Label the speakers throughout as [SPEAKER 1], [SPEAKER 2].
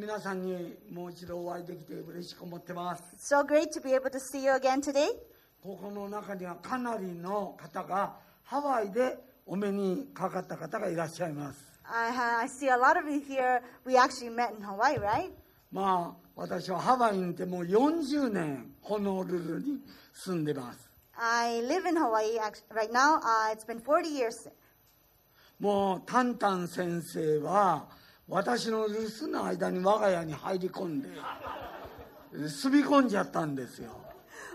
[SPEAKER 1] 皆さんにもう一度お会いできて嬉しく思ってます。
[SPEAKER 2] So great to be able to see you again today.
[SPEAKER 1] ここの中にはかなりの方がハワイでお目にかかった方がいらっしゃいます。
[SPEAKER 2] I, ha- I see a lot of you here. We actually met in Hawaii, right?
[SPEAKER 1] まあ私はハワイにいてもう40年ホノルルに住んでます。
[SPEAKER 2] I live in Hawaii act- right now. Uh, it's been 40 years.
[SPEAKER 1] もうタンタン先生は私の留守の間に我が家に入り込んで住み込んじゃったんですよ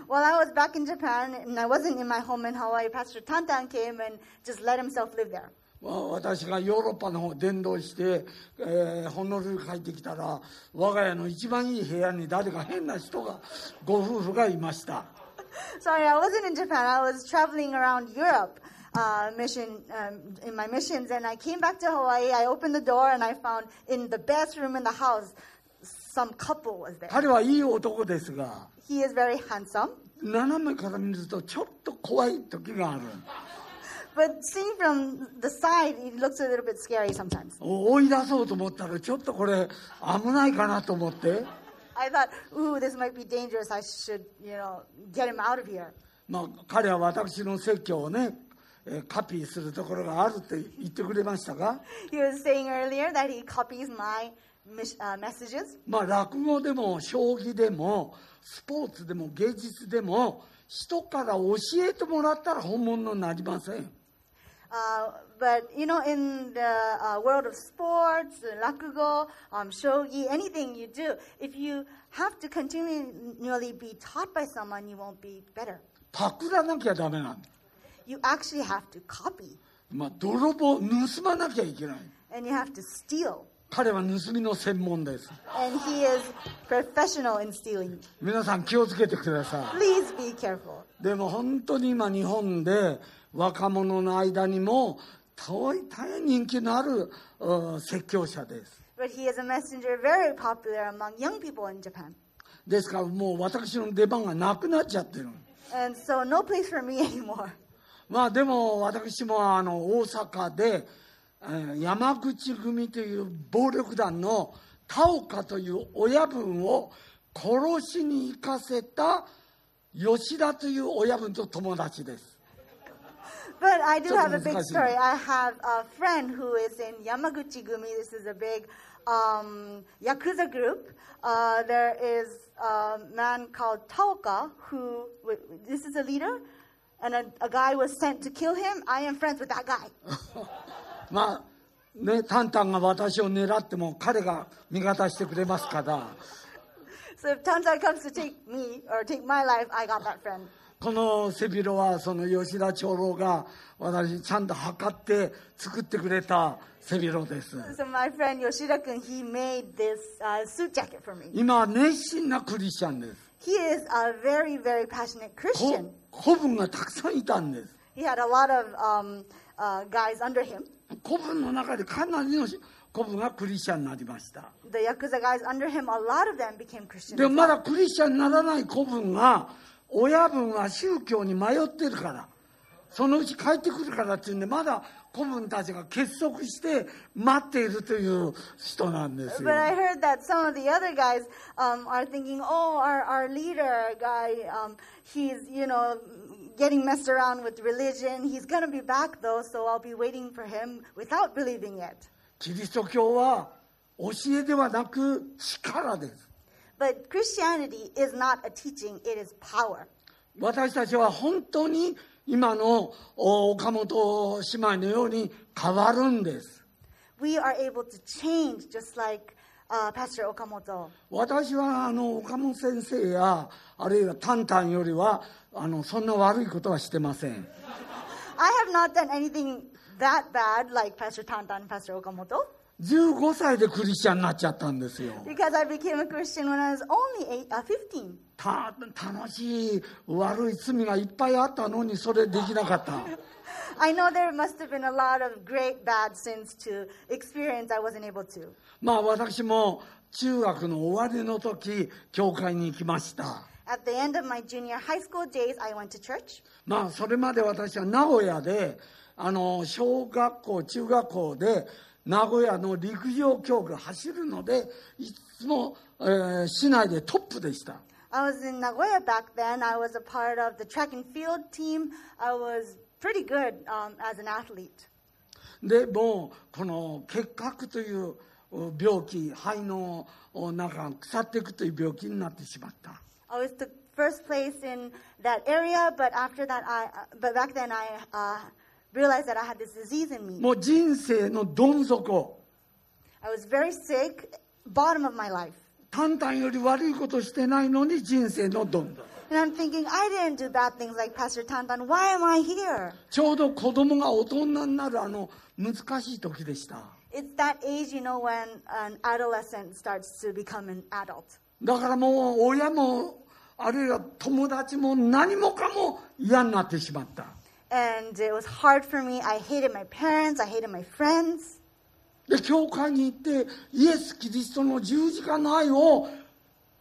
[SPEAKER 2] While I was back in Japan and I wasn't in my home in Hawaii, Pastor Tantan came and just let himself live there.
[SPEAKER 1] わ私がヨーロッパの方伝道して、えーホノルル帰ってきたら我が家の一番いい部屋に誰か変な人がご夫婦がいました
[SPEAKER 2] Sorry, I wasn't in Japan. I was traveling around Europe uh, mission um, in my missions, and I came back to Hawaii. I opened the door and I found in the best room in the house, some couple was there.
[SPEAKER 1] 彼はいい男ですが
[SPEAKER 2] He is very handsome,
[SPEAKER 1] 斜めから見るとちょっと怖い時がある
[SPEAKER 2] but seen from the side, he looks a little bit scary sometimes.
[SPEAKER 1] お追い出そうと思ったらちょっとこれ危ないかなと思って
[SPEAKER 2] I thought, ooh, this might be dangerous. I should, you know, get him out of here.
[SPEAKER 1] まあ、彼は私の説教をね、えーカピーするところがあるって言ってくれましたが、
[SPEAKER 2] He was saying earlier that he copies my mis- uh, messages.
[SPEAKER 1] まあ、落語でも将棋でもスポーツでも芸術でも人から教えてもらったら本物になりません
[SPEAKER 2] Uh, but you know, in the uh, world of sports, uh, rakugo, um, shogi, anything you do, if you have to continually be taught by someone, you won't be better.
[SPEAKER 1] パクらなきゃダメなんだ、
[SPEAKER 2] You actually have to copy
[SPEAKER 1] まあ、泥棒盗まなきゃいけない
[SPEAKER 2] and you have to steal.
[SPEAKER 1] 彼は盗みの専門です
[SPEAKER 2] And he is professional in stealing.
[SPEAKER 1] 皆さん気をつけてくださ
[SPEAKER 2] Please be careful.
[SPEAKER 1] いでも本当に今日本で若者の間にも大変人気のあるうん説教者です
[SPEAKER 2] But he is a messenger very popular among young people in Japan.
[SPEAKER 1] ですからもう私の出番がなくなっちゃってる
[SPEAKER 2] And so, no place for me anymore.
[SPEAKER 1] まあでも私もあの大阪でえー山口組という暴力団の田岡という親分を殺しに行かせた吉田という親分と友達です。
[SPEAKER 2] But I do have a big
[SPEAKER 1] ちょっと難しいな。
[SPEAKER 2] story. I have a friend who is in Yamaguchi Gumi. This is a big um, Yakuza group. Uh, there is a man called Taoka, who, w- w- this is a leader, and a, a guy was sent to kill him. I am friends with that guy.
[SPEAKER 1] まあね、タンタンが私を狙っても彼が味方してくれますから、
[SPEAKER 2] So if Tantan comes to take me or take my life, I got that friend.
[SPEAKER 1] この背広はその吉田長老が私にちゃんと測って作ってくれた背広です。
[SPEAKER 2] So my friend Yoshida kun, he made this uh, suit jacket for me.
[SPEAKER 1] 今熱心なクリスチャンです
[SPEAKER 2] He is a very, very passionate
[SPEAKER 1] こ
[SPEAKER 2] Christian.
[SPEAKER 1] 古文がたくさんいたんです
[SPEAKER 2] He had a lot of um, uh, guys under him.
[SPEAKER 1] 古文の中でかなりのし古文がクリスチャンになりました
[SPEAKER 2] The Yakuza guys under him, a lot of them became Christians.
[SPEAKER 1] でもまだクリスチャンにならない古文が親分は宗教に迷ってるからそのうち帰ってくるからっていうんでまだ古文たちが結束して待っているという人なんですよ
[SPEAKER 2] But I heard that some of the other guys um, are thinking, oh, our, our leader guy, um, he's, you know, getting messed around with religion. He's going to be back, though, so I'll be waiting for him without believing yet.
[SPEAKER 1] キリスト教は教えではなく力です
[SPEAKER 2] But Christianity is not a teaching, it is power.
[SPEAKER 1] 私たちは本当に今のお岡本姉妹のように変わるんです。
[SPEAKER 2] We are able to change, just like uh, Pastor Okamoto.
[SPEAKER 1] 私はあの岡本先生やあるいはタンタンよりはあのそんな悪いことはしてません。
[SPEAKER 2] I have not done anything that bad like Pastor Tantan and Pastor Okamoto
[SPEAKER 1] 15歳でクリスチャンになっちゃったんですよ。
[SPEAKER 2] because I became a Christian when I was only eight, uh, 15.
[SPEAKER 1] た楽しい悪い罪がいっぱいあったのにそれできなかった。
[SPEAKER 2] I know there must have been a lot of great bad sins to experience I wasn't able to.
[SPEAKER 1] まあ私も中学の終わりの時教会に行きました。
[SPEAKER 2] At the end of my junior high school days, I went to church.
[SPEAKER 1] まあそれまで私は名古屋であの小学校中学校で名古屋の陸上競技走るのでいもう、えー市内でトップでした。
[SPEAKER 2] I was in Nagoya back then. I was a part of the track and field team. I was pretty good um, as an athlete.
[SPEAKER 1] でもうこの結核というう病気肺の中が腐っていくという病気になってしまった
[SPEAKER 2] I was the first place in that area, but after that, I uh, but back then I uh, realized that I had this disease in me.
[SPEAKER 1] もう人生のどん底
[SPEAKER 2] I was very sick, bottom of my life,
[SPEAKER 1] 簡単より悪いことしてないのに人生のどん底
[SPEAKER 2] and I'm thinking I didn't do bad things like Pastor Tantan. Why am I here?
[SPEAKER 1] ちょうど子供が大人になるあの難しい時でした
[SPEAKER 2] It's that age, you know, when an adolescent starts to become an adult.
[SPEAKER 1] だからもう親もあるいは友達も何もかも嫌になってしまった
[SPEAKER 2] And it was hard for me. I hated my parents. I hated my friends.
[SPEAKER 1] で教会に行ってイエス・キリストの十字架の愛を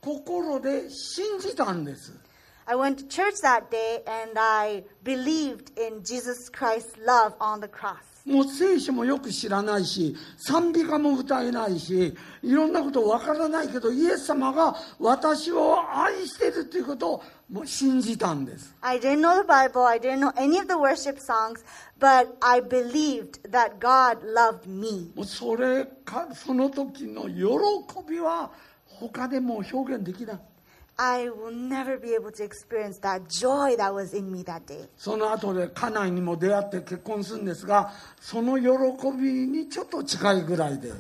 [SPEAKER 1] 心で信じたんです
[SPEAKER 2] I went to church that day and I believed in Jesus Christ's love on the cross.
[SPEAKER 1] もう聖書もよく知らないし賛美歌も歌えないしいろんなことわからないけどイエス様が私を愛してるということをもう信じたんです
[SPEAKER 2] I didn't know the Bible, I didn't know any of the worship songs, but I believed that God loved me.
[SPEAKER 1] もうそれかその時の喜びは他でもう表現できない
[SPEAKER 2] I will never be able to experience that joy that was in me that day.
[SPEAKER 1] その後で家内にも出会って結婚するんですがその喜びにちょっと近いぐらいで。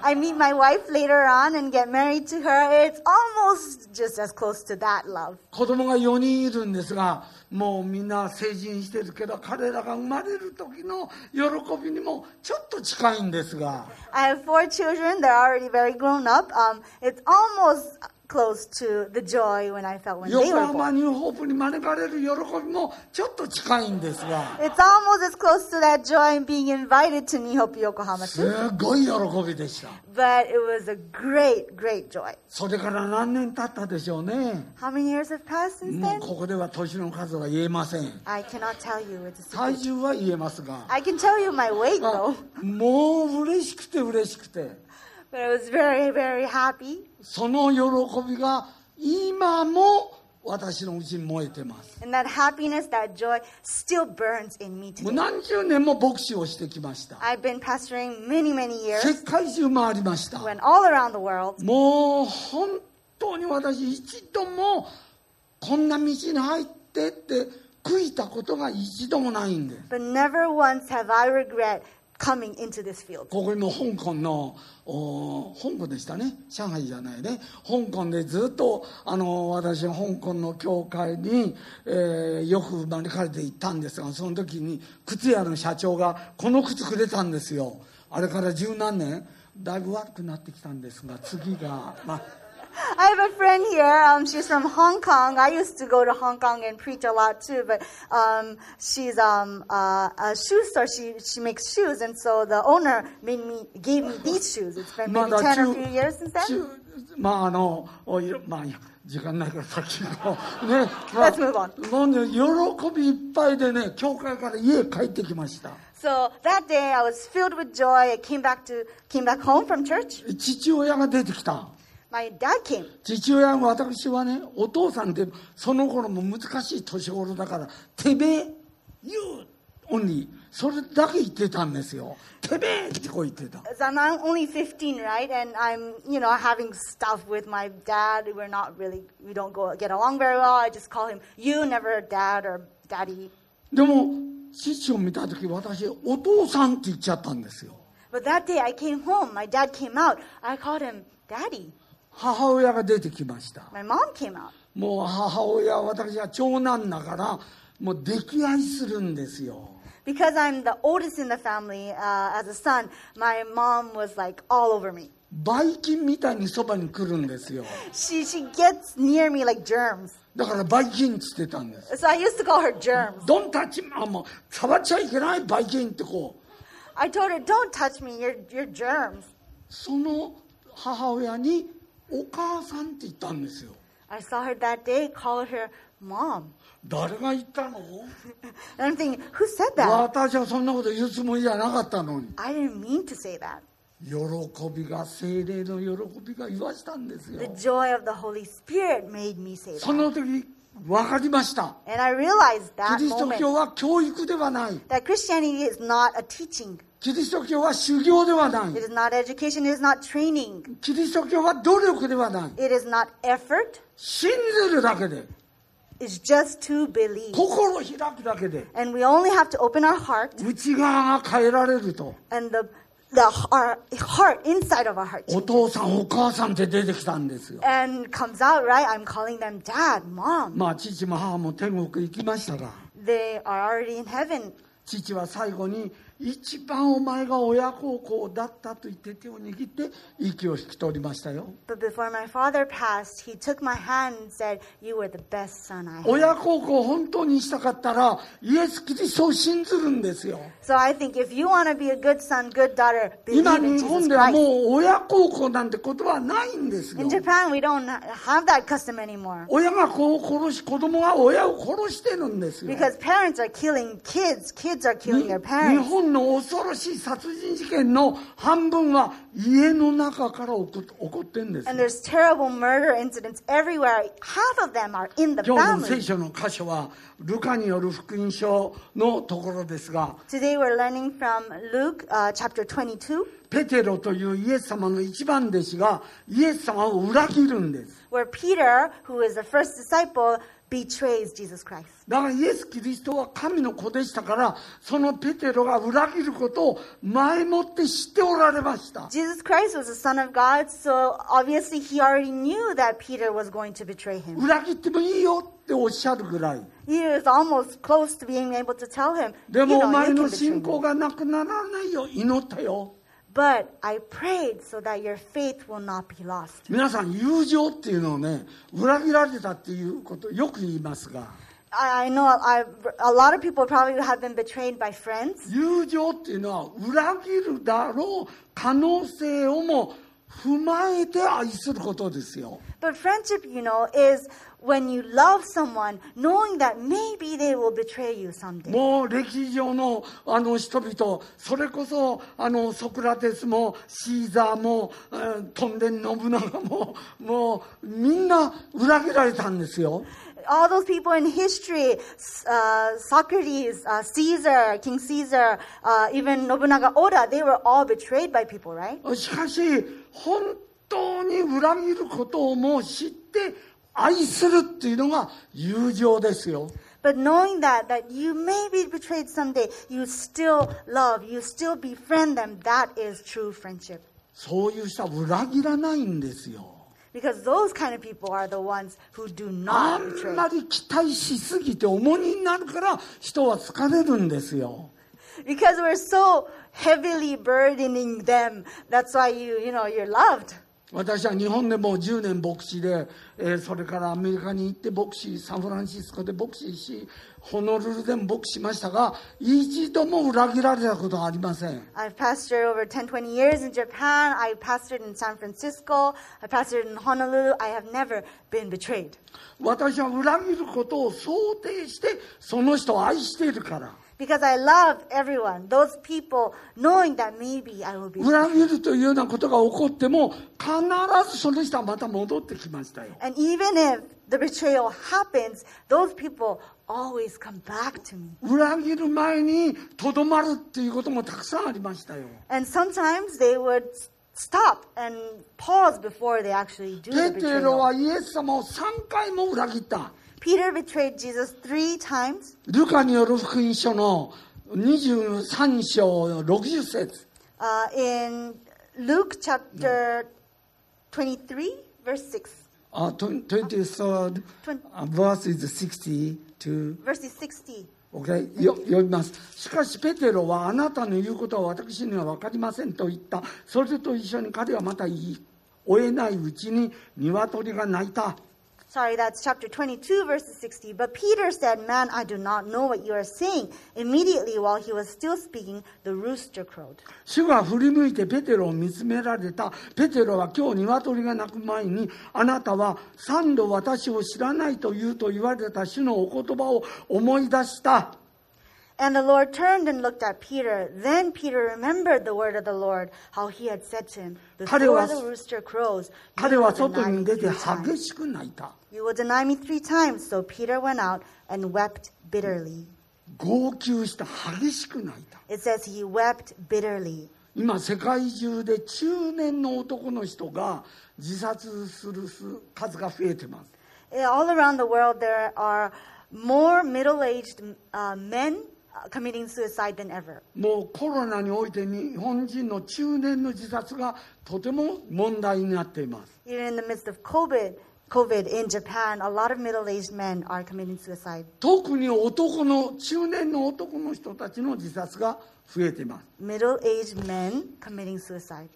[SPEAKER 2] I meet my wife later on and get married to her. It's almost just as close to that love.
[SPEAKER 1] 子供が4人いるんですがもうみんな成人してるけど彼らが生まれる時の喜びにもちょっと近いんですが
[SPEAKER 2] I have four children. They're already very grown up. Um, it's almost close to the joy when I felt when they
[SPEAKER 1] 横
[SPEAKER 2] were born.
[SPEAKER 1] 浜ニューホープに招かれる喜びもちょっと近いんですが
[SPEAKER 2] It's almost as close to that joy in being invited to Nihopi Yokohama
[SPEAKER 1] す
[SPEAKER 2] too.
[SPEAKER 1] ごい喜びでした
[SPEAKER 2] But it was a great, great joy.
[SPEAKER 1] それから何年経ったでしょうね
[SPEAKER 2] How many years have passed since
[SPEAKER 1] もう
[SPEAKER 2] then?
[SPEAKER 1] ここでは年の数は言えません
[SPEAKER 2] I cannot tell you. It's a
[SPEAKER 1] 体
[SPEAKER 2] secret.
[SPEAKER 1] 重は言えますが
[SPEAKER 2] I can tell you my weight
[SPEAKER 1] あ
[SPEAKER 2] though.
[SPEAKER 1] もう嬉しくて嬉しくて
[SPEAKER 2] But I was very, very happy.
[SPEAKER 1] その喜びが今も私のうちに燃えてます
[SPEAKER 2] And that happiness, that joy still burns in me
[SPEAKER 1] もう
[SPEAKER 2] today.
[SPEAKER 1] 何十年も牧師をしてきました。
[SPEAKER 2] I've been pastoring many, many
[SPEAKER 1] 世
[SPEAKER 2] years.
[SPEAKER 1] 界中回りました。
[SPEAKER 2] Went all around the world.
[SPEAKER 1] もう本当に私一度もこんな道に入ってって悔いたことが一度もないんで。
[SPEAKER 2] But never once have I regret coming into this field.
[SPEAKER 1] ここにも香港の、おー香港でしたね。上海じゃないね。香港でずっと、あの、私は香港の教会に、えーよく招かれて行ったんですが、その時に靴屋の社長がこの靴くれたんですよ。あれから十何年、だいぶ悪くなってきたんですが、次が、まあ、
[SPEAKER 2] I have a friend here. Um, she's from Hong Kong. I used to go to Hong Kong and preach a lot too. But um, she's um, uh, a shoe store. She she makes shoes, and so the owner made me gave me these shoes. It's been
[SPEAKER 1] ま
[SPEAKER 2] maybe
[SPEAKER 1] だ中
[SPEAKER 2] ten or few years since then.
[SPEAKER 1] 中まああのおいろまあいいや時間ないから先のね、
[SPEAKER 2] Let's move
[SPEAKER 1] もうね喜びいっぱいでね教会から家帰ってきました
[SPEAKER 2] So that day I was filled with joy. I came back to came back home from church.
[SPEAKER 1] 父親が出てきた
[SPEAKER 2] My dad came.
[SPEAKER 1] 父親は私はねお父さんってその頃も難しい年頃だから「てめえ」「言う」「オンリー」それだけ言ってたんですよ「てめえ」ってこう言ってた
[SPEAKER 2] So I'm I'm only 15, right? And I'm, you know, having stuff with my dad. We're not really, we don't go get along very well. I just call him you, never dad or daddy.
[SPEAKER 1] でも父を見た時私「お父さん」って言っちゃったんですよ
[SPEAKER 2] But that day I came home. My dad came out. I called him daddy.
[SPEAKER 1] 母親が出てきました
[SPEAKER 2] My mom came out.
[SPEAKER 1] もう母親は私は長男だからもう溺愛するんですよ
[SPEAKER 2] Because I'm the oldest in the family uh, as a son, my mom was like all over me.
[SPEAKER 1] ばい菌みたいにそばに来るんですよ
[SPEAKER 2] She, she gets near me like germs.
[SPEAKER 1] だからばい菌っつってたんです
[SPEAKER 2] So I used to call her germs.
[SPEAKER 1] ドンタッチあもう触っちゃいけないばい菌ってこう
[SPEAKER 2] I told her, don't touch me, you're, you're germs.
[SPEAKER 1] その母親にお母さんって言ったんですよ
[SPEAKER 2] I saw her that day, called her mom.
[SPEAKER 1] 誰が言ったの
[SPEAKER 2] And I'm thinking, who said that?
[SPEAKER 1] 私はそんなこと言うつもりじゃなかったのに
[SPEAKER 2] I didn't mean to say that.
[SPEAKER 1] 喜びが精霊の喜びが言わしたんですよ
[SPEAKER 2] The joy of the Holy Spirit made me say
[SPEAKER 1] そ
[SPEAKER 2] that.
[SPEAKER 1] の時分かりました
[SPEAKER 2] And I realized
[SPEAKER 1] キ
[SPEAKER 2] that
[SPEAKER 1] リスト
[SPEAKER 2] moment
[SPEAKER 1] 教は教育ではない
[SPEAKER 2] that Christianity is not a teaching,
[SPEAKER 1] キリスト教は修行ではない
[SPEAKER 2] it is not education, it is not training,
[SPEAKER 1] キリスト教は努力ではない
[SPEAKER 2] it is not effort,
[SPEAKER 1] 信ずるだけで
[SPEAKER 2] it's just to believe.
[SPEAKER 1] 心を開くだけで
[SPEAKER 2] And we only have to open our heart
[SPEAKER 1] 内側が変えられると
[SPEAKER 2] and the, the our heart inside of our heart
[SPEAKER 1] お父さんお母さんって出てきたんですよ
[SPEAKER 2] and comes out, right? I'm calling them dad, mom.
[SPEAKER 1] まあ父も母も天国行きましたが
[SPEAKER 2] They are already in heaven.
[SPEAKER 1] 父は最後に一番お前が親孝行だったと言って手を握って息を引き取りましたよ
[SPEAKER 2] But before my father passed, he took my hand and said, You were the best son I had.
[SPEAKER 1] 親孝行を本当にしたかったらイエス・キリストを信ずるんですよ
[SPEAKER 2] So I think if you want to be a good son, good daughter, believe
[SPEAKER 1] 今日
[SPEAKER 2] in Jesus
[SPEAKER 1] 本では
[SPEAKER 2] Christ.
[SPEAKER 1] もう親孝行なんて言葉はないんですよ
[SPEAKER 2] In Japan, we don't ha- have that custom anymore
[SPEAKER 1] 親が子を殺し子供が親を殺してるんですよ
[SPEAKER 2] because parents are killing kids, kids are
[SPEAKER 1] に
[SPEAKER 2] killing their
[SPEAKER 1] 日
[SPEAKER 2] parents.
[SPEAKER 1] 本の恐ろしい殺人事件の半分は家の中から起こ起こってんです
[SPEAKER 2] And
[SPEAKER 1] よ
[SPEAKER 2] there's terrible murder incidents everywhere. Half of them are in the
[SPEAKER 1] 今日の聖
[SPEAKER 2] family.
[SPEAKER 1] 書の箇所はルカによる福音書のところですが
[SPEAKER 2] Today we're learning from Luke uh, chapter 22,
[SPEAKER 1] ペテロというイエス様の一番弟子がイエス様を裏切るんです
[SPEAKER 2] where Peter, who is the first disciple, betrays Jesus Christ.
[SPEAKER 1] だからイエス・キリストは神の子でしたからそのペテロが裏切ることを前もって知っておられました
[SPEAKER 2] Jesus Christ was the Son of God, so obviously he already knew that Peter was going to betray him.
[SPEAKER 1] 裏切ってもいいよっておっしゃるぐらい
[SPEAKER 2] He was almost close to being able to tell him,
[SPEAKER 1] で
[SPEAKER 2] you
[SPEAKER 1] もお
[SPEAKER 2] know,
[SPEAKER 1] 前
[SPEAKER 2] you
[SPEAKER 1] の
[SPEAKER 2] can betray
[SPEAKER 1] 信仰
[SPEAKER 2] me.
[SPEAKER 1] がなくならないよう祈ったよ
[SPEAKER 2] But I prayed so that your faith will not be lost.
[SPEAKER 1] 皆さん友情っていうのをね裏切られたっていうことよく言いますが
[SPEAKER 2] I, I know I, a lot of people probably have been betrayed by friends,
[SPEAKER 1] 友情っていうのは裏切るだろう可能性をも踏まえて愛することですよ
[SPEAKER 2] but friendship, you know, is when you love someone knowing that maybe they will betray you someday.
[SPEAKER 1] もう歴史上のあの人々それこそあのソクラテスもシーザーも、えー、トンデン信長ももうみんな裏切られたんですよ
[SPEAKER 2] all those people in history uh, Socrates, uh, Caesar, King Caesar, uh, even Nobunaga Oda, they were all betrayed by people, right?
[SPEAKER 1] しかし本当に裏切ることをもう知って愛するっていうのが友情ですよ
[SPEAKER 2] But knowing that, that you may be betrayed someday, you still love, you still befriend them, that is true friendship.
[SPEAKER 1] そういう人は裏切らないんですよ
[SPEAKER 2] Because those kind of people are the ones who do
[SPEAKER 1] あ
[SPEAKER 2] not
[SPEAKER 1] ん
[SPEAKER 2] betray.
[SPEAKER 1] まり期待しすぎて重荷になるから人は疲れるんですよ
[SPEAKER 2] Because we're so heavily burdening them, that's why you, you know, you're loved.
[SPEAKER 1] 私は日本でもう10年牧師で、えーそれからアメリカに行って牧師サンフランシスコで牧師しホノルルでも牧師しましたが一度も裏切られたことはありません
[SPEAKER 2] I've pastored over 10, 20 years in Japan. I pastored in San Francisco. I pastored in Honolulu. I have never been betrayed
[SPEAKER 1] 私は裏切ることを想定してその人を愛しているから
[SPEAKER 2] because I love everyone, those people, knowing that maybe I will be.
[SPEAKER 1] 裏切るというようなことが起こっても必ずその人はまた戻ってきましたよ
[SPEAKER 2] And even if the betrayal happens, those people always come back to me.
[SPEAKER 1] 裏切る前にとどまるっていうこともたくさんありましたよ
[SPEAKER 2] And sometimes they would s- stop and pause before they actually do
[SPEAKER 1] ペテ
[SPEAKER 2] the
[SPEAKER 1] ロ
[SPEAKER 2] betrayal.
[SPEAKER 1] はイエス様を3回も裏切った
[SPEAKER 2] Peter betrayed Jesus three times.
[SPEAKER 1] ルカによる福音書の23章60節
[SPEAKER 2] uh, in Luke chapter 23, verse 6.
[SPEAKER 1] あ 23rd verses 60 to
[SPEAKER 2] Verse 60.
[SPEAKER 1] OK よ読みますしかしペテロはあなたの言うことは私には分かりませんと言ったそれと一緒に彼はまた言い終えないうちに鶏が鳴いた
[SPEAKER 2] Sorry, that's chapter 22, verse 60. But Peter said, Man, I do not know what you are saying. Immediately, while he was still speaking, the rooster crowed.
[SPEAKER 1] 主が振り向いてペテロを見つめられたペテロは今日鶏が鳴く前にあなたは三度私を知らないと言うと言われた主のお言葉を思い出した
[SPEAKER 2] And the Lord turned and looked at Peter. Then Peter remembered the word of the Lord, how he had said to him,
[SPEAKER 1] 彼
[SPEAKER 2] Before
[SPEAKER 1] は
[SPEAKER 2] the rooster crows, you
[SPEAKER 1] 彼は
[SPEAKER 2] will
[SPEAKER 1] 外
[SPEAKER 2] deny
[SPEAKER 1] に
[SPEAKER 2] me
[SPEAKER 1] 出て
[SPEAKER 2] three times.
[SPEAKER 1] 激しく泣いた
[SPEAKER 2] You will deny me three times. So Peter went out and wept bitterly.
[SPEAKER 1] 号泣した激しく泣いた
[SPEAKER 2] It says he wept bitterly.
[SPEAKER 1] 今世界中で中年の男の人が自殺する数が増えてます
[SPEAKER 2] Eh, All around the world, there are more middle aged uh, men uh, committing suicide than ever.
[SPEAKER 1] もうコロナにおいて日本人の中年の自殺がとても問題になっています
[SPEAKER 2] Even in the midst of COVID, COVID in Japan, a lot of middle aged men are committing suicide.
[SPEAKER 1] 特に男の中年の男の人たちの自殺が増えています
[SPEAKER 2] Middle aged men committing suicide.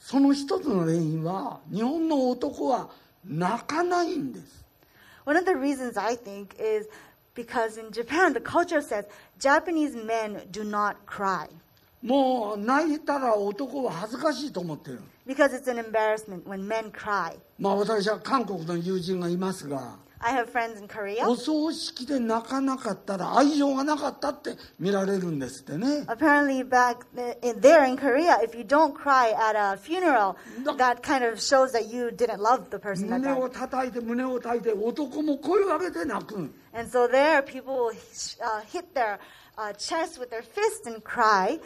[SPEAKER 1] その一つの原因は日本の男は泣かないんです
[SPEAKER 2] One of the reasons I think is because in Japan, the culture says Japanese men do not cry
[SPEAKER 1] もう泣いたら男は恥ずかしいと思ってる
[SPEAKER 2] because it's an embarrassment when men cry.
[SPEAKER 1] まあ私は韓国の友人がいますが
[SPEAKER 2] I have friends in Korea.
[SPEAKER 1] お葬式で泣かなかったら愛情がなかったって見られるんですってね
[SPEAKER 2] Apparently, back th- in- there in Korea, if you don't cry at a funeral,
[SPEAKER 1] No.
[SPEAKER 2] that kind of shows that you didn't love the person that
[SPEAKER 1] 胸を
[SPEAKER 2] died.
[SPEAKER 1] 叩いて胸を叩いて男も声を上げて泣く
[SPEAKER 2] And so there, people will h- uh, hit their uh, chest with their fist and cry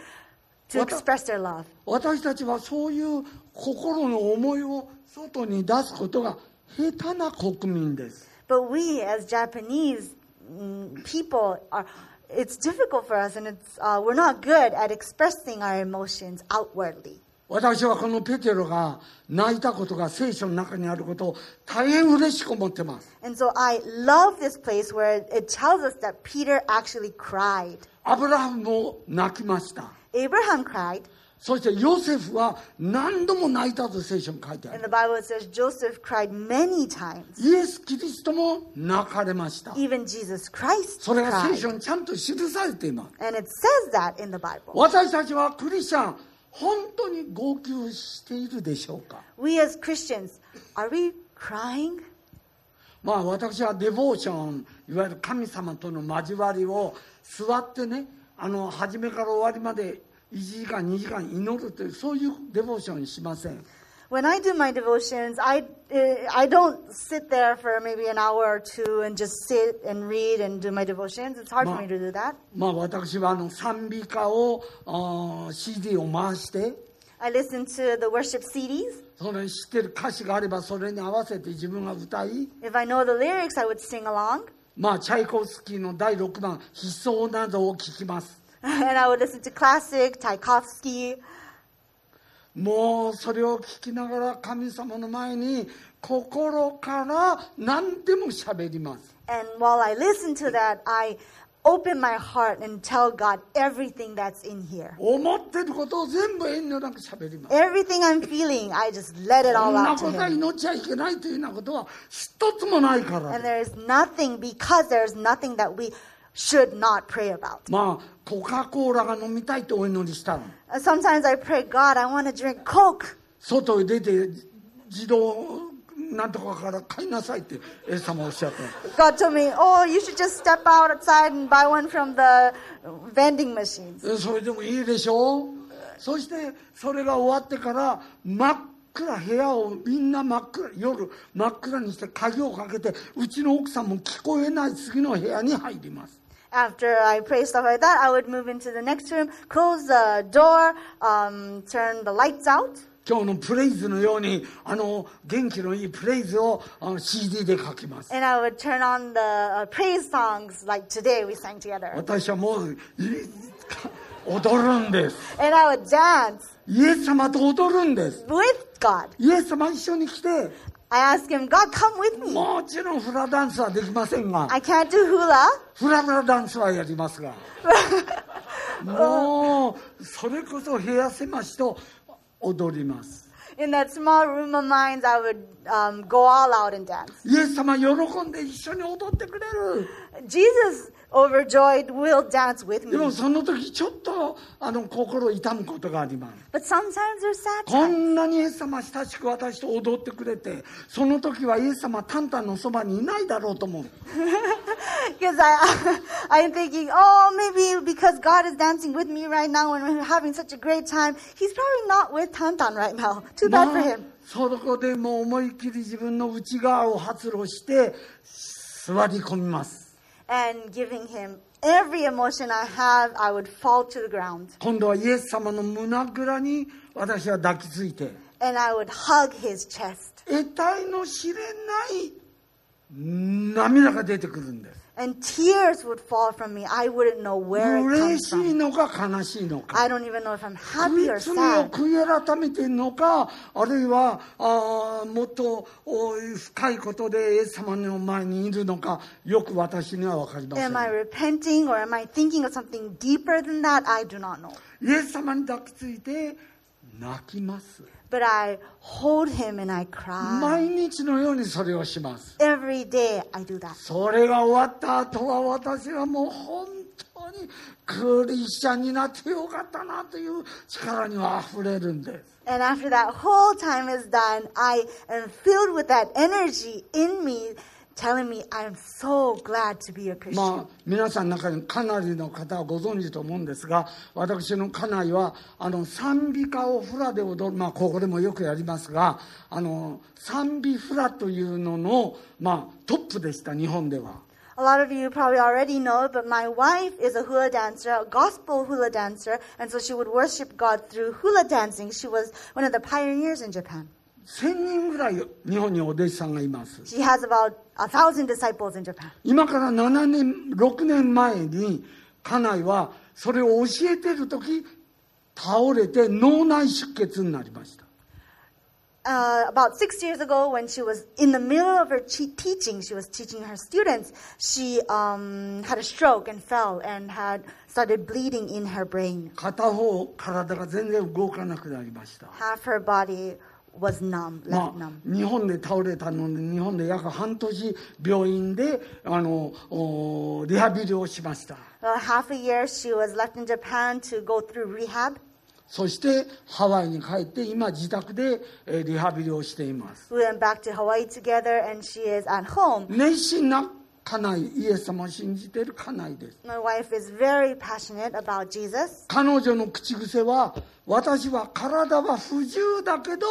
[SPEAKER 2] to
[SPEAKER 1] What the-
[SPEAKER 2] express their love.
[SPEAKER 1] 私たちはそういう心の思いを外に出すことが下手な国民です
[SPEAKER 2] But we, as Japanese mm, people, are. It's difficult for us, and it's, uh, we're not good at expressing our emotions outwardly.
[SPEAKER 1] 私はこのペテロが泣いたことが聖書の中にあることを大変嬉しく思ってます
[SPEAKER 2] And so I love this place where it tells us that Peter actually cried.
[SPEAKER 1] アブラハムも泣きました
[SPEAKER 2] Abraham cried,
[SPEAKER 1] そしてヨセフは何度も泣いたと聖書に書いてあ
[SPEAKER 2] and
[SPEAKER 1] る
[SPEAKER 2] the Bible says Joseph cried many times.
[SPEAKER 1] イエス・キリストも泣かれました
[SPEAKER 2] Even Jesus Christ
[SPEAKER 1] それが聖
[SPEAKER 2] cried.
[SPEAKER 1] 書にちゃんと記されています
[SPEAKER 2] And it says that in the Bible.
[SPEAKER 1] 私たちはクリスチャン本当に号泣しているでしょうか
[SPEAKER 2] We as Christians, are we crying?
[SPEAKER 1] まあ私はデボーションいわゆる神様との交わりを座ってねあの初めから終わりまで1時間2時間祈るというそういうデボーションしません
[SPEAKER 2] When I do my devotions, I, uh, I don't sit there for maybe an hour or two and just sit and read and do my devotions. It's hard
[SPEAKER 1] Ma-
[SPEAKER 2] for me to do that.
[SPEAKER 1] まあ私はあの賛美歌をあー CD を回して
[SPEAKER 2] I listen to the worship CDs.
[SPEAKER 1] それ知ってる歌詞があればそれに合わせて自分が歌い
[SPEAKER 2] If I know the lyrics, I would sing along.
[SPEAKER 1] まあチャイコフスキーの第6番「悲壮など」を聴きます
[SPEAKER 2] and I would listen to classic, Tchaikovsky.
[SPEAKER 1] もうそれを聞きながら神様の前に心から何でも喋ります
[SPEAKER 2] And while I listen to that, I open my heart and tell God everything that's in here.
[SPEAKER 1] 思ってることを全部遠慮なく喋ります
[SPEAKER 2] Everything I'm feeling, I just let it
[SPEAKER 1] こん
[SPEAKER 2] all
[SPEAKER 1] な
[SPEAKER 2] out
[SPEAKER 1] こ
[SPEAKER 2] to
[SPEAKER 1] とは
[SPEAKER 2] Him.
[SPEAKER 1] 祈っちゃいけないというようなことは一つもないから
[SPEAKER 2] And there is nothing, because there is nothing that we should not pray about.
[SPEAKER 1] まあコカ・コーラが飲みたいとお祈りしたの
[SPEAKER 2] Uh, Sometimes I pray, God, I want to drink Coke.
[SPEAKER 1] 外へ出て自動なんとかから買いなさいってエス様おっしゃったの
[SPEAKER 2] God told me, oh, you should just step out outside and buy one from the vending machines.
[SPEAKER 1] えそれでもいいでしょうそしてそれが終わってから真っ暗部屋をみんな真っ暗夜真っ暗にして鍵をかけてうちの奥さんも聞こえない次の部屋に入ります
[SPEAKER 2] After I pray stuff like that, I would move into the next room, close the door, um, turn the lights out.
[SPEAKER 1] 今日のプレイズのようにあの元気のいいプレイズをあの CD で書きます
[SPEAKER 2] And I would turn on the uh, praise songs like today we sang together.
[SPEAKER 1] 私はもうい踊るんです
[SPEAKER 2] And I would dance
[SPEAKER 1] イエス様と踊るんです
[SPEAKER 2] with God.
[SPEAKER 1] イエス様一緒に来て
[SPEAKER 2] I asked him, God, come with me.
[SPEAKER 1] もちろんフラダンスはできませんが
[SPEAKER 2] I can't do hula.
[SPEAKER 1] フラフラダンスはやりますがもうそれこそ部屋狭しと踊ります
[SPEAKER 2] in that small room of mine, I would um, go all out and dance.
[SPEAKER 1] イエス様喜んで一緒に踊ってくれる
[SPEAKER 2] Jesus, overjoyed, will dance with
[SPEAKER 1] でも
[SPEAKER 2] me.
[SPEAKER 1] その時ちょっとあの心を痛むことがあります
[SPEAKER 2] But sometimes there's sad
[SPEAKER 1] こ
[SPEAKER 2] times.
[SPEAKER 1] んなにイエス様親しく私と踊ってくれてその時はイエス様タンタンのそばにいないだろうと思う
[SPEAKER 2] Because I, I'm thinking, oh, maybe because God is dancing with me right now and we're having such a great time, he's probably not with Tantan right now. Too
[SPEAKER 1] ま
[SPEAKER 2] bad
[SPEAKER 1] あ
[SPEAKER 2] for him.
[SPEAKER 1] そこでもう思いっきり自分の内側を発露して座り込みます
[SPEAKER 2] And giving him every emotion I have, I would fall to the ground.
[SPEAKER 1] 今度はイエス様の胸ぐらに私は抱きついて
[SPEAKER 2] And I would hug his chest
[SPEAKER 1] 得体の知れない涙が出てくるんです
[SPEAKER 2] and tears would fall from me. I wouldn't know where it
[SPEAKER 1] 嬉
[SPEAKER 2] comes
[SPEAKER 1] しい
[SPEAKER 2] from.
[SPEAKER 1] のか悲しいのか
[SPEAKER 2] I don't even know if I'm
[SPEAKER 1] 罪
[SPEAKER 2] happy
[SPEAKER 1] を
[SPEAKER 2] or sad.
[SPEAKER 1] 悔い改めてるのかあるいはあーもっとお深いことでイエス様の前にいるのかよく私には分かりません
[SPEAKER 2] Am I repenting or am I thinking of something deeper than that? I do not know.
[SPEAKER 1] イエス様に抱きついて泣きます
[SPEAKER 2] But I hold him and I cry.
[SPEAKER 1] 毎日のようにそれをします
[SPEAKER 2] Every day I do that.
[SPEAKER 1] それが終わった後は私はもう本当にクリスチャンになってよかったなという力にはあふれるんです
[SPEAKER 2] And after that whole time is done, I am filled with that energy in me telling me I'm so glad to be a Christian.
[SPEAKER 1] まあ、皆さんの中にかなりの方はご存知と思うんですが私の家内はあの賛美歌をフラで踊る、まあ、ここでもよくやりますがあの賛美フラというのの、まあ、トップでした日本では。
[SPEAKER 2] A lot of you probably already know, but my wife is a hula dancer, a gospel hula dancer, and so she would worship God through hula dancing. She was one of the pioneers in Japan.
[SPEAKER 1] 1000人ぐらい日本にお弟子さんがいます
[SPEAKER 2] She has about a thousand disciples in Japan.
[SPEAKER 1] 今から7年6年前に家内はそれを教えてる時倒れて脳内出血になりました
[SPEAKER 2] Uh, about six years ago, when she was in the middle of her che- teaching, she was teaching her students, she um, had a stroke and fell and had started bleeding in her brain.
[SPEAKER 1] 片方体が全然動かなくなりました
[SPEAKER 2] Half her body was numb, left
[SPEAKER 1] ま
[SPEAKER 2] numb.
[SPEAKER 1] あ、日本で倒れたので日本で約半年病院であのおリハビリをしました
[SPEAKER 2] About half a year, she was left in Japan to go through rehab.
[SPEAKER 1] そしてハワイに帰って今自宅でえーリハビリをしています
[SPEAKER 2] We went back to Hawaii together, and she is at home.
[SPEAKER 1] 熱心な家内イエス様を信じている家内です
[SPEAKER 2] My wife is very passionate about Jesus.
[SPEAKER 1] 彼女の口癖は私は体は不自由だけど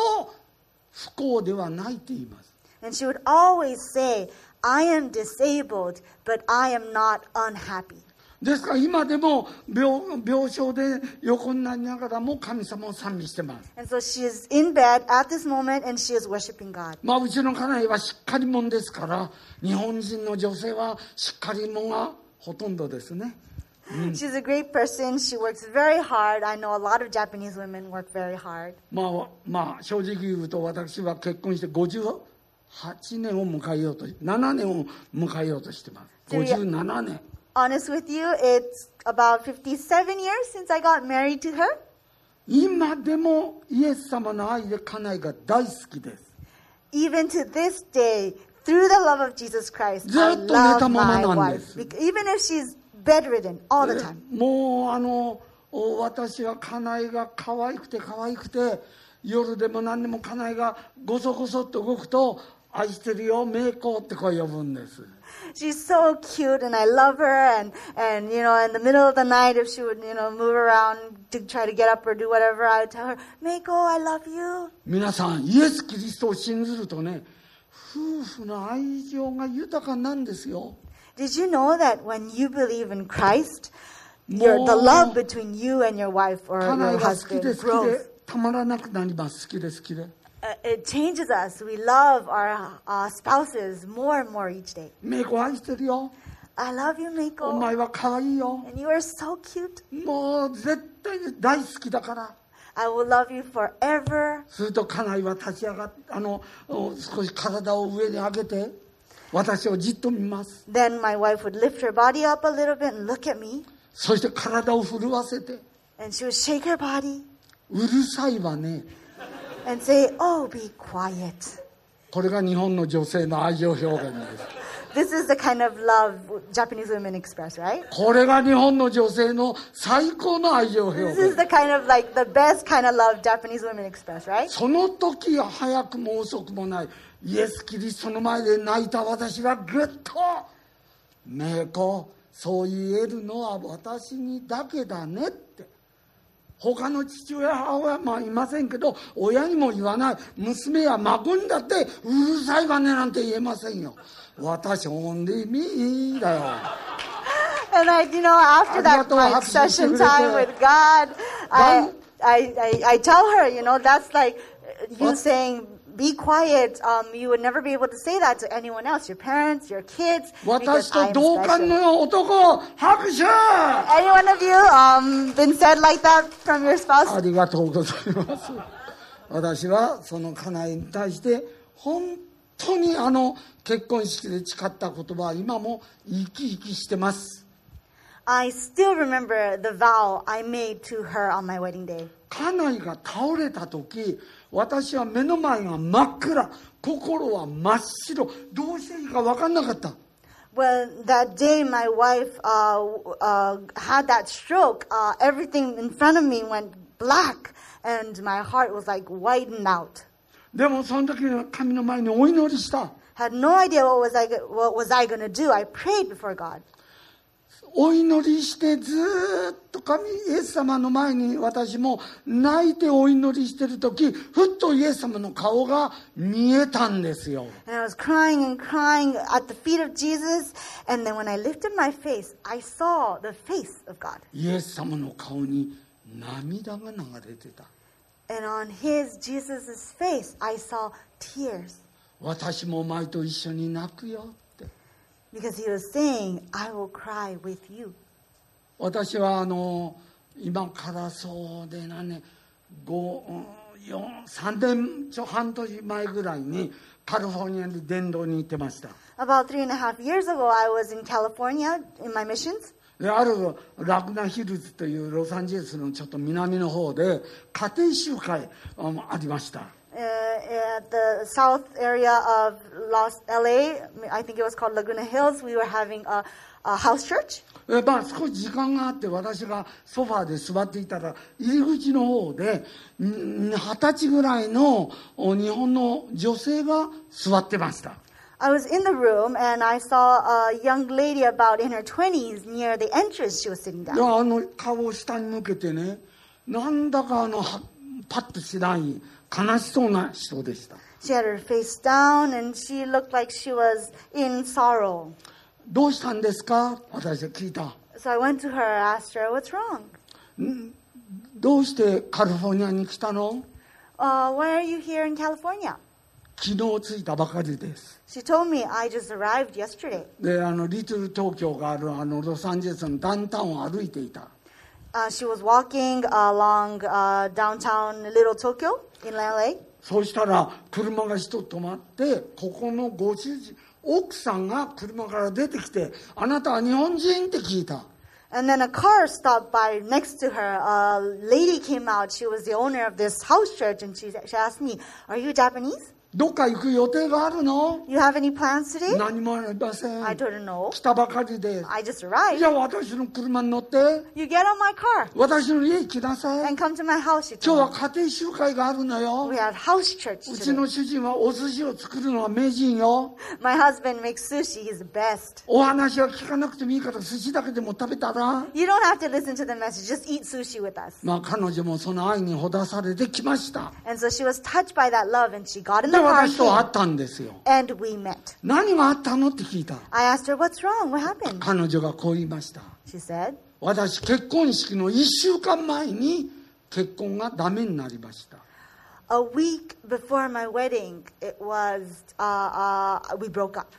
[SPEAKER 1] 不幸ではないって言います
[SPEAKER 2] And she would always say, I am disabled, but I am not unhappy.
[SPEAKER 1] ですから今でも病病床で横になりながらも神様を賛美してます
[SPEAKER 2] And so she is in bed at this moment and she is worshiping God.
[SPEAKER 1] まあ、うちの家内はしっかり者ですから日本人の女性はしっかり者がほとんどですね Mm.
[SPEAKER 2] She's a great person. She works very hard. I know a lot of Japanese women work very hard.
[SPEAKER 1] まあ、まあ、正直言うと私は結婚して58年を迎えようと7年を迎えようとしてます
[SPEAKER 2] そういや
[SPEAKER 1] 57年
[SPEAKER 2] Honest with you, it's about 57 years since I got married to her.
[SPEAKER 1] 今でもイエス様の愛で家内が大好きです
[SPEAKER 2] Even to this day, through the love of Jesus Christ, I
[SPEAKER 1] ずっと寝たま
[SPEAKER 2] love
[SPEAKER 1] ま
[SPEAKER 2] my
[SPEAKER 1] なんです。
[SPEAKER 2] wife. Bec- Even if she's bedridden all the time.
[SPEAKER 1] もうあのお私は家内が可愛くて可愛くて夜でも何でも家内がごそごそっと動くと「愛してるよ名子」ってこう呼ぶんです
[SPEAKER 2] She's so cute and I love her and, and you know in the middle of the night if she would you know move around to try to get up or do whatever I would tell her, Mako, I love you.
[SPEAKER 1] 皆さんイエス・キリストを信ずるとね夫婦の愛情が豊かなんですよ
[SPEAKER 2] Did you know that when you believe in Christ, your, the
[SPEAKER 1] No.
[SPEAKER 2] love between you and your wife or
[SPEAKER 1] 家
[SPEAKER 2] your
[SPEAKER 1] 内が好きで
[SPEAKER 2] husband
[SPEAKER 1] 好き
[SPEAKER 2] grows.
[SPEAKER 1] でたまらなくなります好きで好きで
[SPEAKER 2] Uh, it changes us. We love our uh, spouses more and more each day.
[SPEAKER 1] 名子愛してるよ
[SPEAKER 2] I love you,
[SPEAKER 1] お
[SPEAKER 2] Mako.
[SPEAKER 1] 前は可愛いよ
[SPEAKER 2] And you are so cute.
[SPEAKER 1] もう絶対に大好きだから
[SPEAKER 2] I will love you forever.
[SPEAKER 1] すると家内は立ち上がってあのお少し体を上に上げて私をじっと見ます
[SPEAKER 2] Then my wife would lift her body up a little bit and look at me.
[SPEAKER 1] そして体を震わせて
[SPEAKER 2] And she would shake her body.
[SPEAKER 1] うるさいわね
[SPEAKER 2] 「 and say, Oh, be quiet.
[SPEAKER 1] これが日本の女性の愛情表現です
[SPEAKER 2] This is the kind of love Japanese women express, right?
[SPEAKER 1] これが日本の女性の最高の愛情表
[SPEAKER 2] This is
[SPEAKER 1] 現
[SPEAKER 2] the kind of like the best kind of love Japanese women express, right?
[SPEAKER 1] その時は早くも遅くもないイエス・キリストの前で泣いた私はぐっと「メイコそう言えるのは私にだけだね」って他の父親母親もいませんけど親にも言わない娘や孫にだって「うるさいわね」なんて言えませんよ私オンリーミーだよ
[SPEAKER 2] And I, you know, after that
[SPEAKER 1] Arigato,
[SPEAKER 2] my
[SPEAKER 1] happy
[SPEAKER 2] session
[SPEAKER 1] to
[SPEAKER 2] time
[SPEAKER 1] meet you.
[SPEAKER 2] with God, I,
[SPEAKER 1] One-
[SPEAKER 2] I, I, I tell her, you know, that's like uh, you
[SPEAKER 1] What?
[SPEAKER 2] saying, be quiet. Um, you would never be able to say that to anyone else, your parents, your kids.
[SPEAKER 1] 私
[SPEAKER 2] Because
[SPEAKER 1] と
[SPEAKER 2] I am
[SPEAKER 1] 同感
[SPEAKER 2] special.
[SPEAKER 1] の男拍手
[SPEAKER 2] Any one of you um, been said like that from your spouse?
[SPEAKER 1] ありがとうございます。私はその家内に対して本当にあの結婚式で誓った言葉は今も生き生きしてます。
[SPEAKER 2] I still remember the vow I made to her on my wedding day.
[SPEAKER 1] 家内が倒れた時私は目の前が真っ暗心は真っ白どうしていいか分かんなかった
[SPEAKER 2] Well, that day my wife uh, w- uh, had that stroke. Uh, everything in front of me went black, and my heart was like widened out.
[SPEAKER 1] でもその時神の前にお祈りした
[SPEAKER 2] Had no idea what was I go- what was I gonna do. I prayed before God.
[SPEAKER 1] お祈りしてずーっと神イエス様の前に私も泣いてお祈りしてる時ふっとイエス様の顔が見えたんですよ
[SPEAKER 2] And I was crying and crying at the feet of Jesus. And then when I lifted my face, I saw the face of God.
[SPEAKER 1] イエス様の顔に涙が流れてた
[SPEAKER 2] And on his, Jesus' face, I saw tears.
[SPEAKER 1] 私もお前と一緒に泣くよって
[SPEAKER 2] Because he was saying, I will cry with you.
[SPEAKER 1] 私はあの今からそうで何年5 4 3年ちょ半年前ぐらいにカリフォルニアに伝道に行ってました
[SPEAKER 2] About three and a half years ago, I was in California in my missions.
[SPEAKER 1] であるラグナヒルズというロサンゼルスのちょっと南の方で家庭集会あのありました
[SPEAKER 2] Uh, at the south area of Los LA, I think it was called Laguna Hills, we were having a, a house church.
[SPEAKER 1] えまあ少し時間があって私がソファーで座っていたら入り口の方でん二十歳ぐらいのお日本の女性が座ってました
[SPEAKER 2] I was in the room and I saw a young lady about in her 20s near the entrance. She was sitting
[SPEAKER 1] で
[SPEAKER 2] down.
[SPEAKER 1] あの顔を下に向けてねなんだかあのはパッとしない悲しそうな人でした
[SPEAKER 2] She had her face down and she looked like she was in sorrow.
[SPEAKER 1] どうしたんですか私は聞いた
[SPEAKER 2] So I went to her, asked her, What's wrong?
[SPEAKER 1] どうしてカリフォルニアに来たの
[SPEAKER 2] Uh, why are you here in California?
[SPEAKER 1] 昨日着いたばかりです
[SPEAKER 2] She told me, I just arrived yesterday.
[SPEAKER 1] であのリトル東京があるあのロサンゼルスのダウンタウンを歩いていた
[SPEAKER 2] Uh, she was walking along uh, downtown Little Tokyo in LA.
[SPEAKER 1] そうしたら車が一つ止まってここのご主人奥さんが車から出てきて「あなたは日本人?」って聞いた
[SPEAKER 2] And then a car stopped by next to her. A lady came out. She was the owner of this house church, and she, she asked me, Are you Japanese?
[SPEAKER 1] どっか行く予定があるの
[SPEAKER 2] You have any plans today?
[SPEAKER 1] 何もありません
[SPEAKER 2] I don't know.
[SPEAKER 1] 来たばかりです
[SPEAKER 2] I just
[SPEAKER 1] じ
[SPEAKER 2] arrived.
[SPEAKER 1] ゃあ私の車に乗って
[SPEAKER 2] You get on my car
[SPEAKER 1] 私の家来なさい
[SPEAKER 2] and come to my house, she
[SPEAKER 1] 今日
[SPEAKER 2] told
[SPEAKER 1] は家
[SPEAKER 2] me.
[SPEAKER 1] 庭集会があるのよ
[SPEAKER 2] We had house church
[SPEAKER 1] うち
[SPEAKER 2] today.
[SPEAKER 1] の主人はお寿司を作るのは名人よ
[SPEAKER 2] My husband makes sushi. He's the best.
[SPEAKER 1] お話は聞かなくてもいいから寿司だけでも食べたら
[SPEAKER 2] You don't have to listen to the message. Just eat sushi with us.
[SPEAKER 1] まあ彼女もその愛にほだされてきました
[SPEAKER 2] And so she was touched by that love, and she got in
[SPEAKER 1] で
[SPEAKER 2] the car
[SPEAKER 1] 私と
[SPEAKER 2] and
[SPEAKER 1] 会
[SPEAKER 2] came,
[SPEAKER 1] ったんですよ
[SPEAKER 2] and we met.
[SPEAKER 1] 何があったのって聞いた
[SPEAKER 2] I asked her, "What's wrong? What happened?"
[SPEAKER 1] 彼女がこう言いました
[SPEAKER 2] She said,
[SPEAKER 1] 私結婚式の1週間前に結婚がダメになりました
[SPEAKER 2] "A week before my wedding, it was uh, uh, we broke up.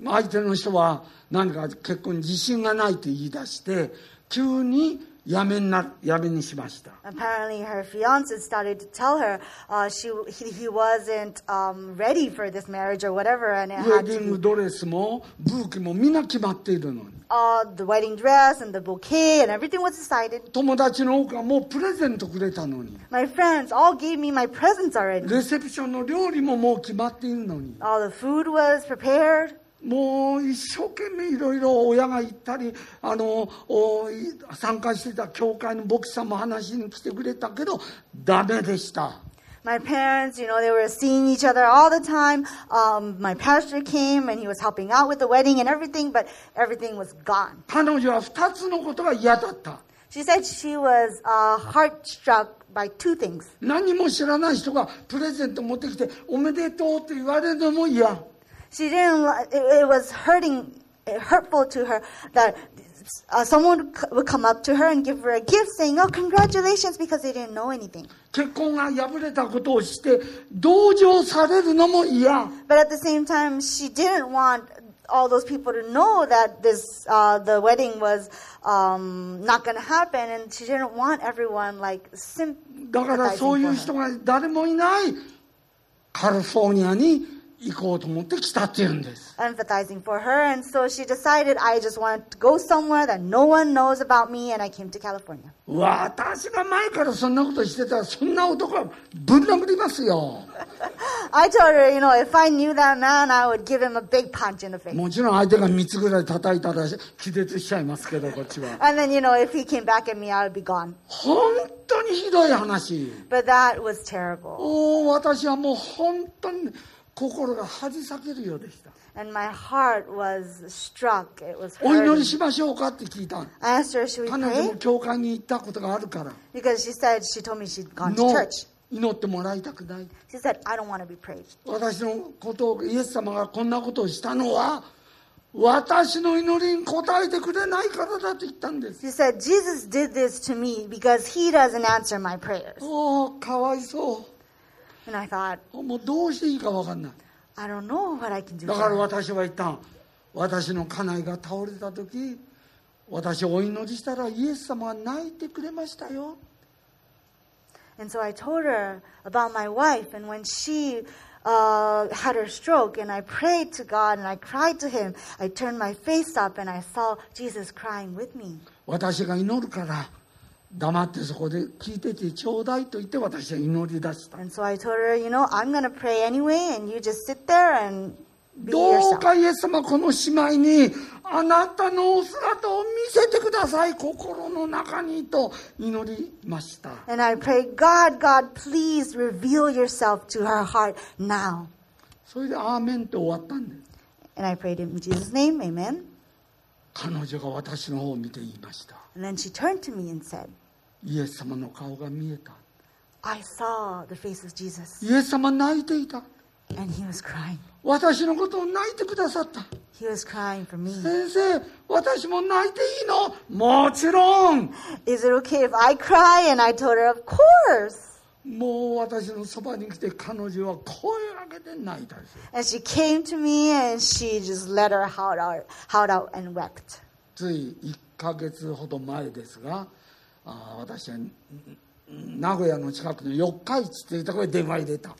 [SPEAKER 1] まあ相手の人は何か結婚に自信がないと言い出して急に闇にな闇にしました
[SPEAKER 2] Apparently, her fiance started to tell her uh, she he, he wasn't um, ready for this marriage or whatever, and it
[SPEAKER 1] ウェ
[SPEAKER 2] had
[SPEAKER 1] ディング
[SPEAKER 2] to,
[SPEAKER 1] ドレスもブーケもみんな決まっているのに
[SPEAKER 2] uh, the wedding dress and the bouquet and everything was decided.
[SPEAKER 1] 友達の多くはもうプレゼントくれたのに
[SPEAKER 2] My friends all gave me my presents already.
[SPEAKER 1] レセプションの料理ももう決まっているのに
[SPEAKER 2] All the food was prepared.
[SPEAKER 1] もう一生懸命いろいろ親が行ったりあのおい参加してた教会の牧師さんも話しに来てくれたけどダメでした
[SPEAKER 2] My parents, you know, they were seeing each other all the time. Um, my pastor came and he was helping out with the wedding and everything, but everything was gone.
[SPEAKER 1] 彼女は2つのことが嫌だった
[SPEAKER 2] She said she was uh, heartstruck by two things.
[SPEAKER 1] 何も知らない人がプレゼント持ってきて「おめでとう」って言われるのも嫌
[SPEAKER 2] She didn't. li- It, it was hurting, hurtful to her that uh, someone c- would come up to her and give her a gift, saying, "Oh, congratulations," because they didn't know anything.
[SPEAKER 1] 結婚が破れたことをして同情されるのも嫌
[SPEAKER 2] But at the same time, she didn't want all those people to know that this uh, the wedding was um, not going to happen, and she didn't want everyone like
[SPEAKER 1] だからそういう
[SPEAKER 2] sympathizing
[SPEAKER 1] 人
[SPEAKER 2] for her.
[SPEAKER 1] が誰もいないカリフォルニアに行こうと思って来たっていうんです
[SPEAKER 2] Empathizing for her, and so she decided, I just want to go somewhere that no one knows about me, and I came to California.
[SPEAKER 1] 私が前からそんなことしてたらそんな男はぶん殴りますよ
[SPEAKER 2] I told her, you know, if I knew that man, I would give him a big punch in the face.
[SPEAKER 1] もちろん相手が3つぐらい叩いたら気絶しちゃいますけどこっちは
[SPEAKER 2] And then, you know, if he came back at me, I would be gone.
[SPEAKER 1] 本当にひどい話
[SPEAKER 2] But that was terrible.
[SPEAKER 1] おお私はもう本当に心が恥裂けるようでした
[SPEAKER 2] And my heart was struck. It was
[SPEAKER 1] お祈り
[SPEAKER 2] hurting.
[SPEAKER 1] しましょうかって聞いたの
[SPEAKER 2] I asked her, should we
[SPEAKER 1] 彼女
[SPEAKER 2] pray?
[SPEAKER 1] も教会に行ったことがあるから
[SPEAKER 2] Because she said, she told me she'd gone
[SPEAKER 1] の
[SPEAKER 2] to church.
[SPEAKER 1] 祈ってもらいたくない
[SPEAKER 2] She said, I don't want to be prayed.
[SPEAKER 1] 私のことをイエス様がこんなことをしたのは私の祈りに応えてくれないからだと言ったんです
[SPEAKER 2] She said, Jesus did this to me because he doesn't answer my prayers.
[SPEAKER 1] おーかわいそ
[SPEAKER 2] And I thought,
[SPEAKER 1] うもうどうしていいか分かんない
[SPEAKER 2] I don't know what I can do.
[SPEAKER 1] だから
[SPEAKER 2] for her."
[SPEAKER 1] 私は言ったん私の家内が倒れた時私お祈りしたらイエス様は泣いてくれましたよ
[SPEAKER 2] And so I told her about my wife, and when she uh, had her stroke, and I prayed to God and I cried to Him, I turned my face up and I saw Jesus crying with me.
[SPEAKER 1] 私が祈るから黙ってそこで聞いててちょうだいと言って私は祈り出した
[SPEAKER 2] And so I told her, you know, I'm going to pray anyway, and you just sit there and be
[SPEAKER 1] どう
[SPEAKER 2] yourself.
[SPEAKER 1] かイエス様この姉妹にあなたのお姿を見せてください心の中にと祈りました
[SPEAKER 2] And I prayed, God, God, please reveal yourself to her heart now.
[SPEAKER 1] それで「アーメン」って終わったんです
[SPEAKER 2] And I prayed in Jesus' name, amen.
[SPEAKER 1] 彼女が私の方を見て言いました
[SPEAKER 2] And then she turned to me and said,
[SPEAKER 1] イエス様の顔が見えた
[SPEAKER 2] I saw the face of Jesus,
[SPEAKER 1] イエス様泣いていた
[SPEAKER 2] and He was crying.
[SPEAKER 1] 私のことを泣いてくださった
[SPEAKER 2] He was crying for me.
[SPEAKER 1] 先生私も泣いていいのもちろん
[SPEAKER 2] Is it okay if I cry? And I told her, Of course.
[SPEAKER 1] もう私のそばに来て彼女は声を上げて泣いたんですよ
[SPEAKER 2] And she came to me and she just let her heart out, heart out and wept.
[SPEAKER 1] つい1ヶ月ほど前ですがあー私はんん名古屋の近くの四日市っていうところへ電話入れた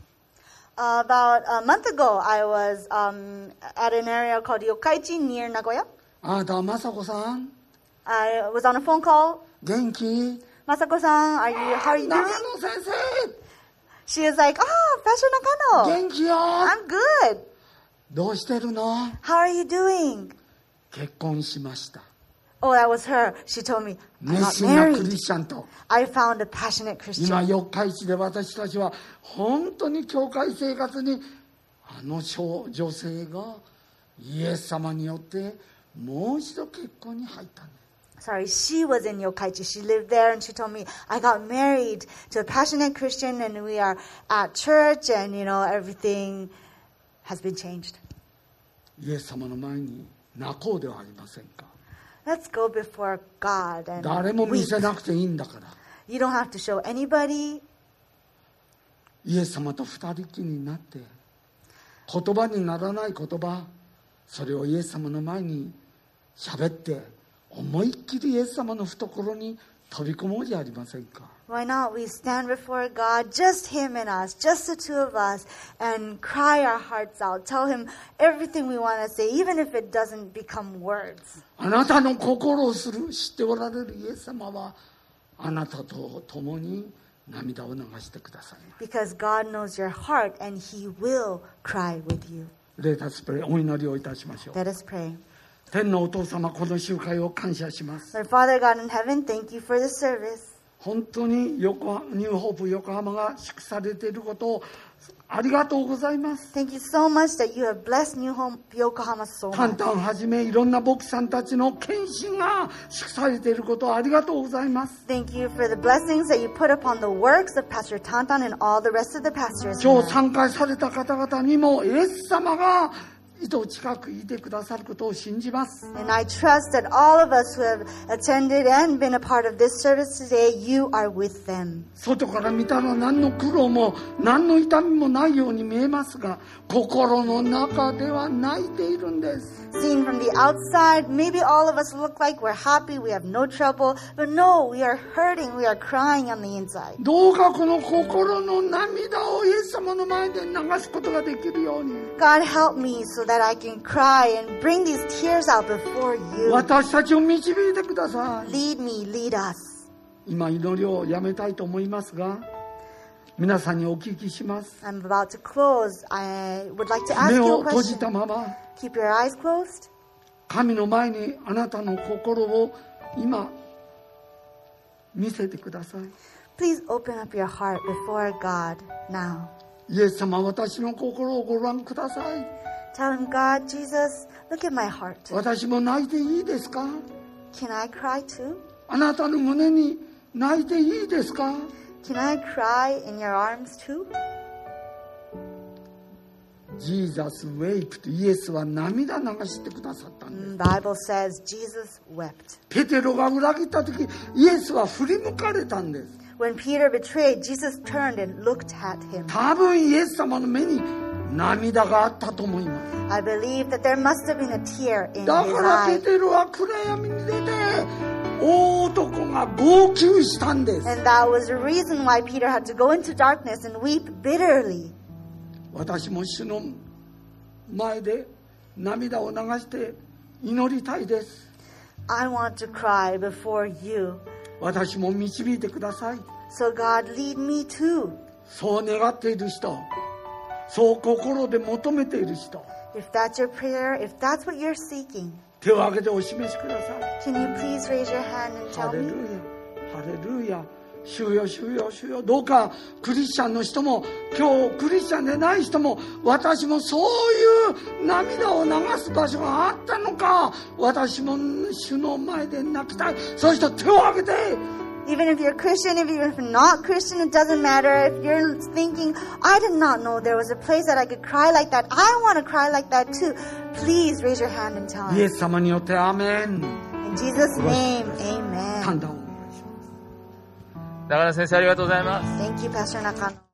[SPEAKER 2] About a month ago, I was um, at an area called Yokkaichi near Nagoya.
[SPEAKER 1] あなたは雅子さん
[SPEAKER 2] I was on a phone call.
[SPEAKER 1] 元気
[SPEAKER 2] Masako-san, are you, how are you
[SPEAKER 1] 長
[SPEAKER 2] doing?
[SPEAKER 1] 野先
[SPEAKER 2] She is like, oh, Fashion
[SPEAKER 1] 生
[SPEAKER 2] Nakano,
[SPEAKER 1] 元気よ
[SPEAKER 2] I'm good.
[SPEAKER 1] どうしてるの
[SPEAKER 2] How are you doing?
[SPEAKER 1] 結婚しました
[SPEAKER 2] Oh, that was her. She told me, I
[SPEAKER 1] 熱
[SPEAKER 2] got
[SPEAKER 1] 心なクリ
[SPEAKER 2] married.
[SPEAKER 1] スチャンと
[SPEAKER 2] I found a passionate Christian.
[SPEAKER 1] 今四日市で私たちは本当に教会生活にあの少女性がイエス様によってもう一度結婚に入ったんです
[SPEAKER 2] Sorry, she was in Yokkaichi. She lived there and she told me, I got married to a passionate Christian and we are at church and, you know, everything has been changed.
[SPEAKER 1] イエス様の前に泣こうではありませんか
[SPEAKER 2] Let's go before God and
[SPEAKER 1] 誰も見
[SPEAKER 2] weep.
[SPEAKER 1] せなくていいんだから
[SPEAKER 2] You don't have to show anybody.
[SPEAKER 1] イエス様と二人きりになって言葉にならない言葉それをイエス様の前に喋って思いっきりイエス様の懐に飛び込もうじゃありませんか
[SPEAKER 2] Why not we stand before God, just Him and us, just the two of us, and cry our hearts out, tell Him everything we want to say, even if it doesn't become words.
[SPEAKER 1] あなたの心をする知っておられるイエス様はあなたと共に涙を流してくださいま
[SPEAKER 2] Because God knows your heart and He will cry with you.
[SPEAKER 1] す。レータスプレイお祈りをいたしましょう。
[SPEAKER 2] Let us pray.
[SPEAKER 1] 天のお父様この集会を感謝します。
[SPEAKER 2] Lord Father God in heaven, thank you for the service.
[SPEAKER 1] 本当に横ニューホープ横浜が祝されていることをありがとうございます。
[SPEAKER 2] Thank you so much that you have blessed New Home Yokohama so
[SPEAKER 1] タン
[SPEAKER 2] much.
[SPEAKER 1] タンはじめいろんな牧師さんたちの献身が祝されていることをありがとうございます。
[SPEAKER 2] Thank you for the blessings that you put upon the works of Pastor Tantan and all the rest of the pastors.
[SPEAKER 1] 今
[SPEAKER 2] here.
[SPEAKER 1] 日参加された方々にもイエス様が糸近くいてくださることを信じます。
[SPEAKER 2] And I trust that all of us who have attended and been a part of this service today, you are with them.
[SPEAKER 1] 外から見たら何の苦労も何の痛みもないように見えますが心の中では泣いているんです
[SPEAKER 2] Seen from the outside, maybe all of us look like we're happy, we have no trouble, but no, we are hurting, we are crying on the inside.
[SPEAKER 1] どうかこの心の涙をイエス様の前で流すことができるように
[SPEAKER 2] God help me so that I can cry and bring these tears out before you.
[SPEAKER 1] 私たちを導いてくださ
[SPEAKER 2] Lead me, lead us.
[SPEAKER 1] い今祈りをやめたいと思いますが皆さんにお聞きします
[SPEAKER 2] I'm about to close. I would like to ask
[SPEAKER 1] 目
[SPEAKER 2] you a
[SPEAKER 1] を閉じた
[SPEAKER 2] question.
[SPEAKER 1] まま
[SPEAKER 2] Keep your eyes closed.
[SPEAKER 1] 神の前にあなたの心を今見せてください
[SPEAKER 2] Please open up your heart before God now.
[SPEAKER 1] イエス様私の心をご覧ください
[SPEAKER 2] Tell him, God, Jesus, look at my heart.
[SPEAKER 1] 私も泣いていいですか
[SPEAKER 2] Can I cry too?
[SPEAKER 1] あなたの胸に泣いていいですか
[SPEAKER 2] Can I cry in your arms too?
[SPEAKER 1] ?Jesus wept イエスは涙流してくださったんです。
[SPEAKER 2] The Mm, Bible says Jesus wept.
[SPEAKER 1] ペテロが裏切った時イエスは振り向かれたんです。
[SPEAKER 2] When Peter betrayed, Jesus turned and looked at him.
[SPEAKER 1] 多分イエス様の目に涙があったと思います。
[SPEAKER 2] I believe that there must have been a tear in his
[SPEAKER 1] だからペ
[SPEAKER 2] eye.
[SPEAKER 1] テロは暗闇に出て大男が号泣したんです。
[SPEAKER 2] And that was the reason why Peter had to go into darkness and weep bitterly.
[SPEAKER 1] 私も主の前で涙を流して祈りたいです。
[SPEAKER 2] I want to cry before you.
[SPEAKER 1] 私も導いてください
[SPEAKER 2] So, God, lead me too.
[SPEAKER 1] そう願っている人そう心で求めている人
[SPEAKER 2] If that's your prayer, if that's what you're seeking,
[SPEAKER 1] 手を挙げてお示しください
[SPEAKER 2] can you please raise your hand and
[SPEAKER 1] ハ
[SPEAKER 2] tell
[SPEAKER 1] レル
[SPEAKER 2] me?
[SPEAKER 1] ヤハレルヤ主よ主よ主よどうかクリスチャンの人も今日クリスチャンでない人も私もそういう涙を流す場所があったのか私も主の前で泣きたいそういう人手を挙げて
[SPEAKER 2] Even if you're Christian, if even if you're not Christian, it doesn't matter. If you're thinking, I did not know there was a place that I could cry like that. I want to cry like that too. Please raise your hand and tell
[SPEAKER 1] イ
[SPEAKER 2] me.
[SPEAKER 1] エス様によってアーメン
[SPEAKER 2] In Jesus' name,
[SPEAKER 1] 判
[SPEAKER 2] amen.
[SPEAKER 1] 断をお願いします
[SPEAKER 3] 中田先生ありがとうございます。
[SPEAKER 2] Thank you, Pastor Nakano.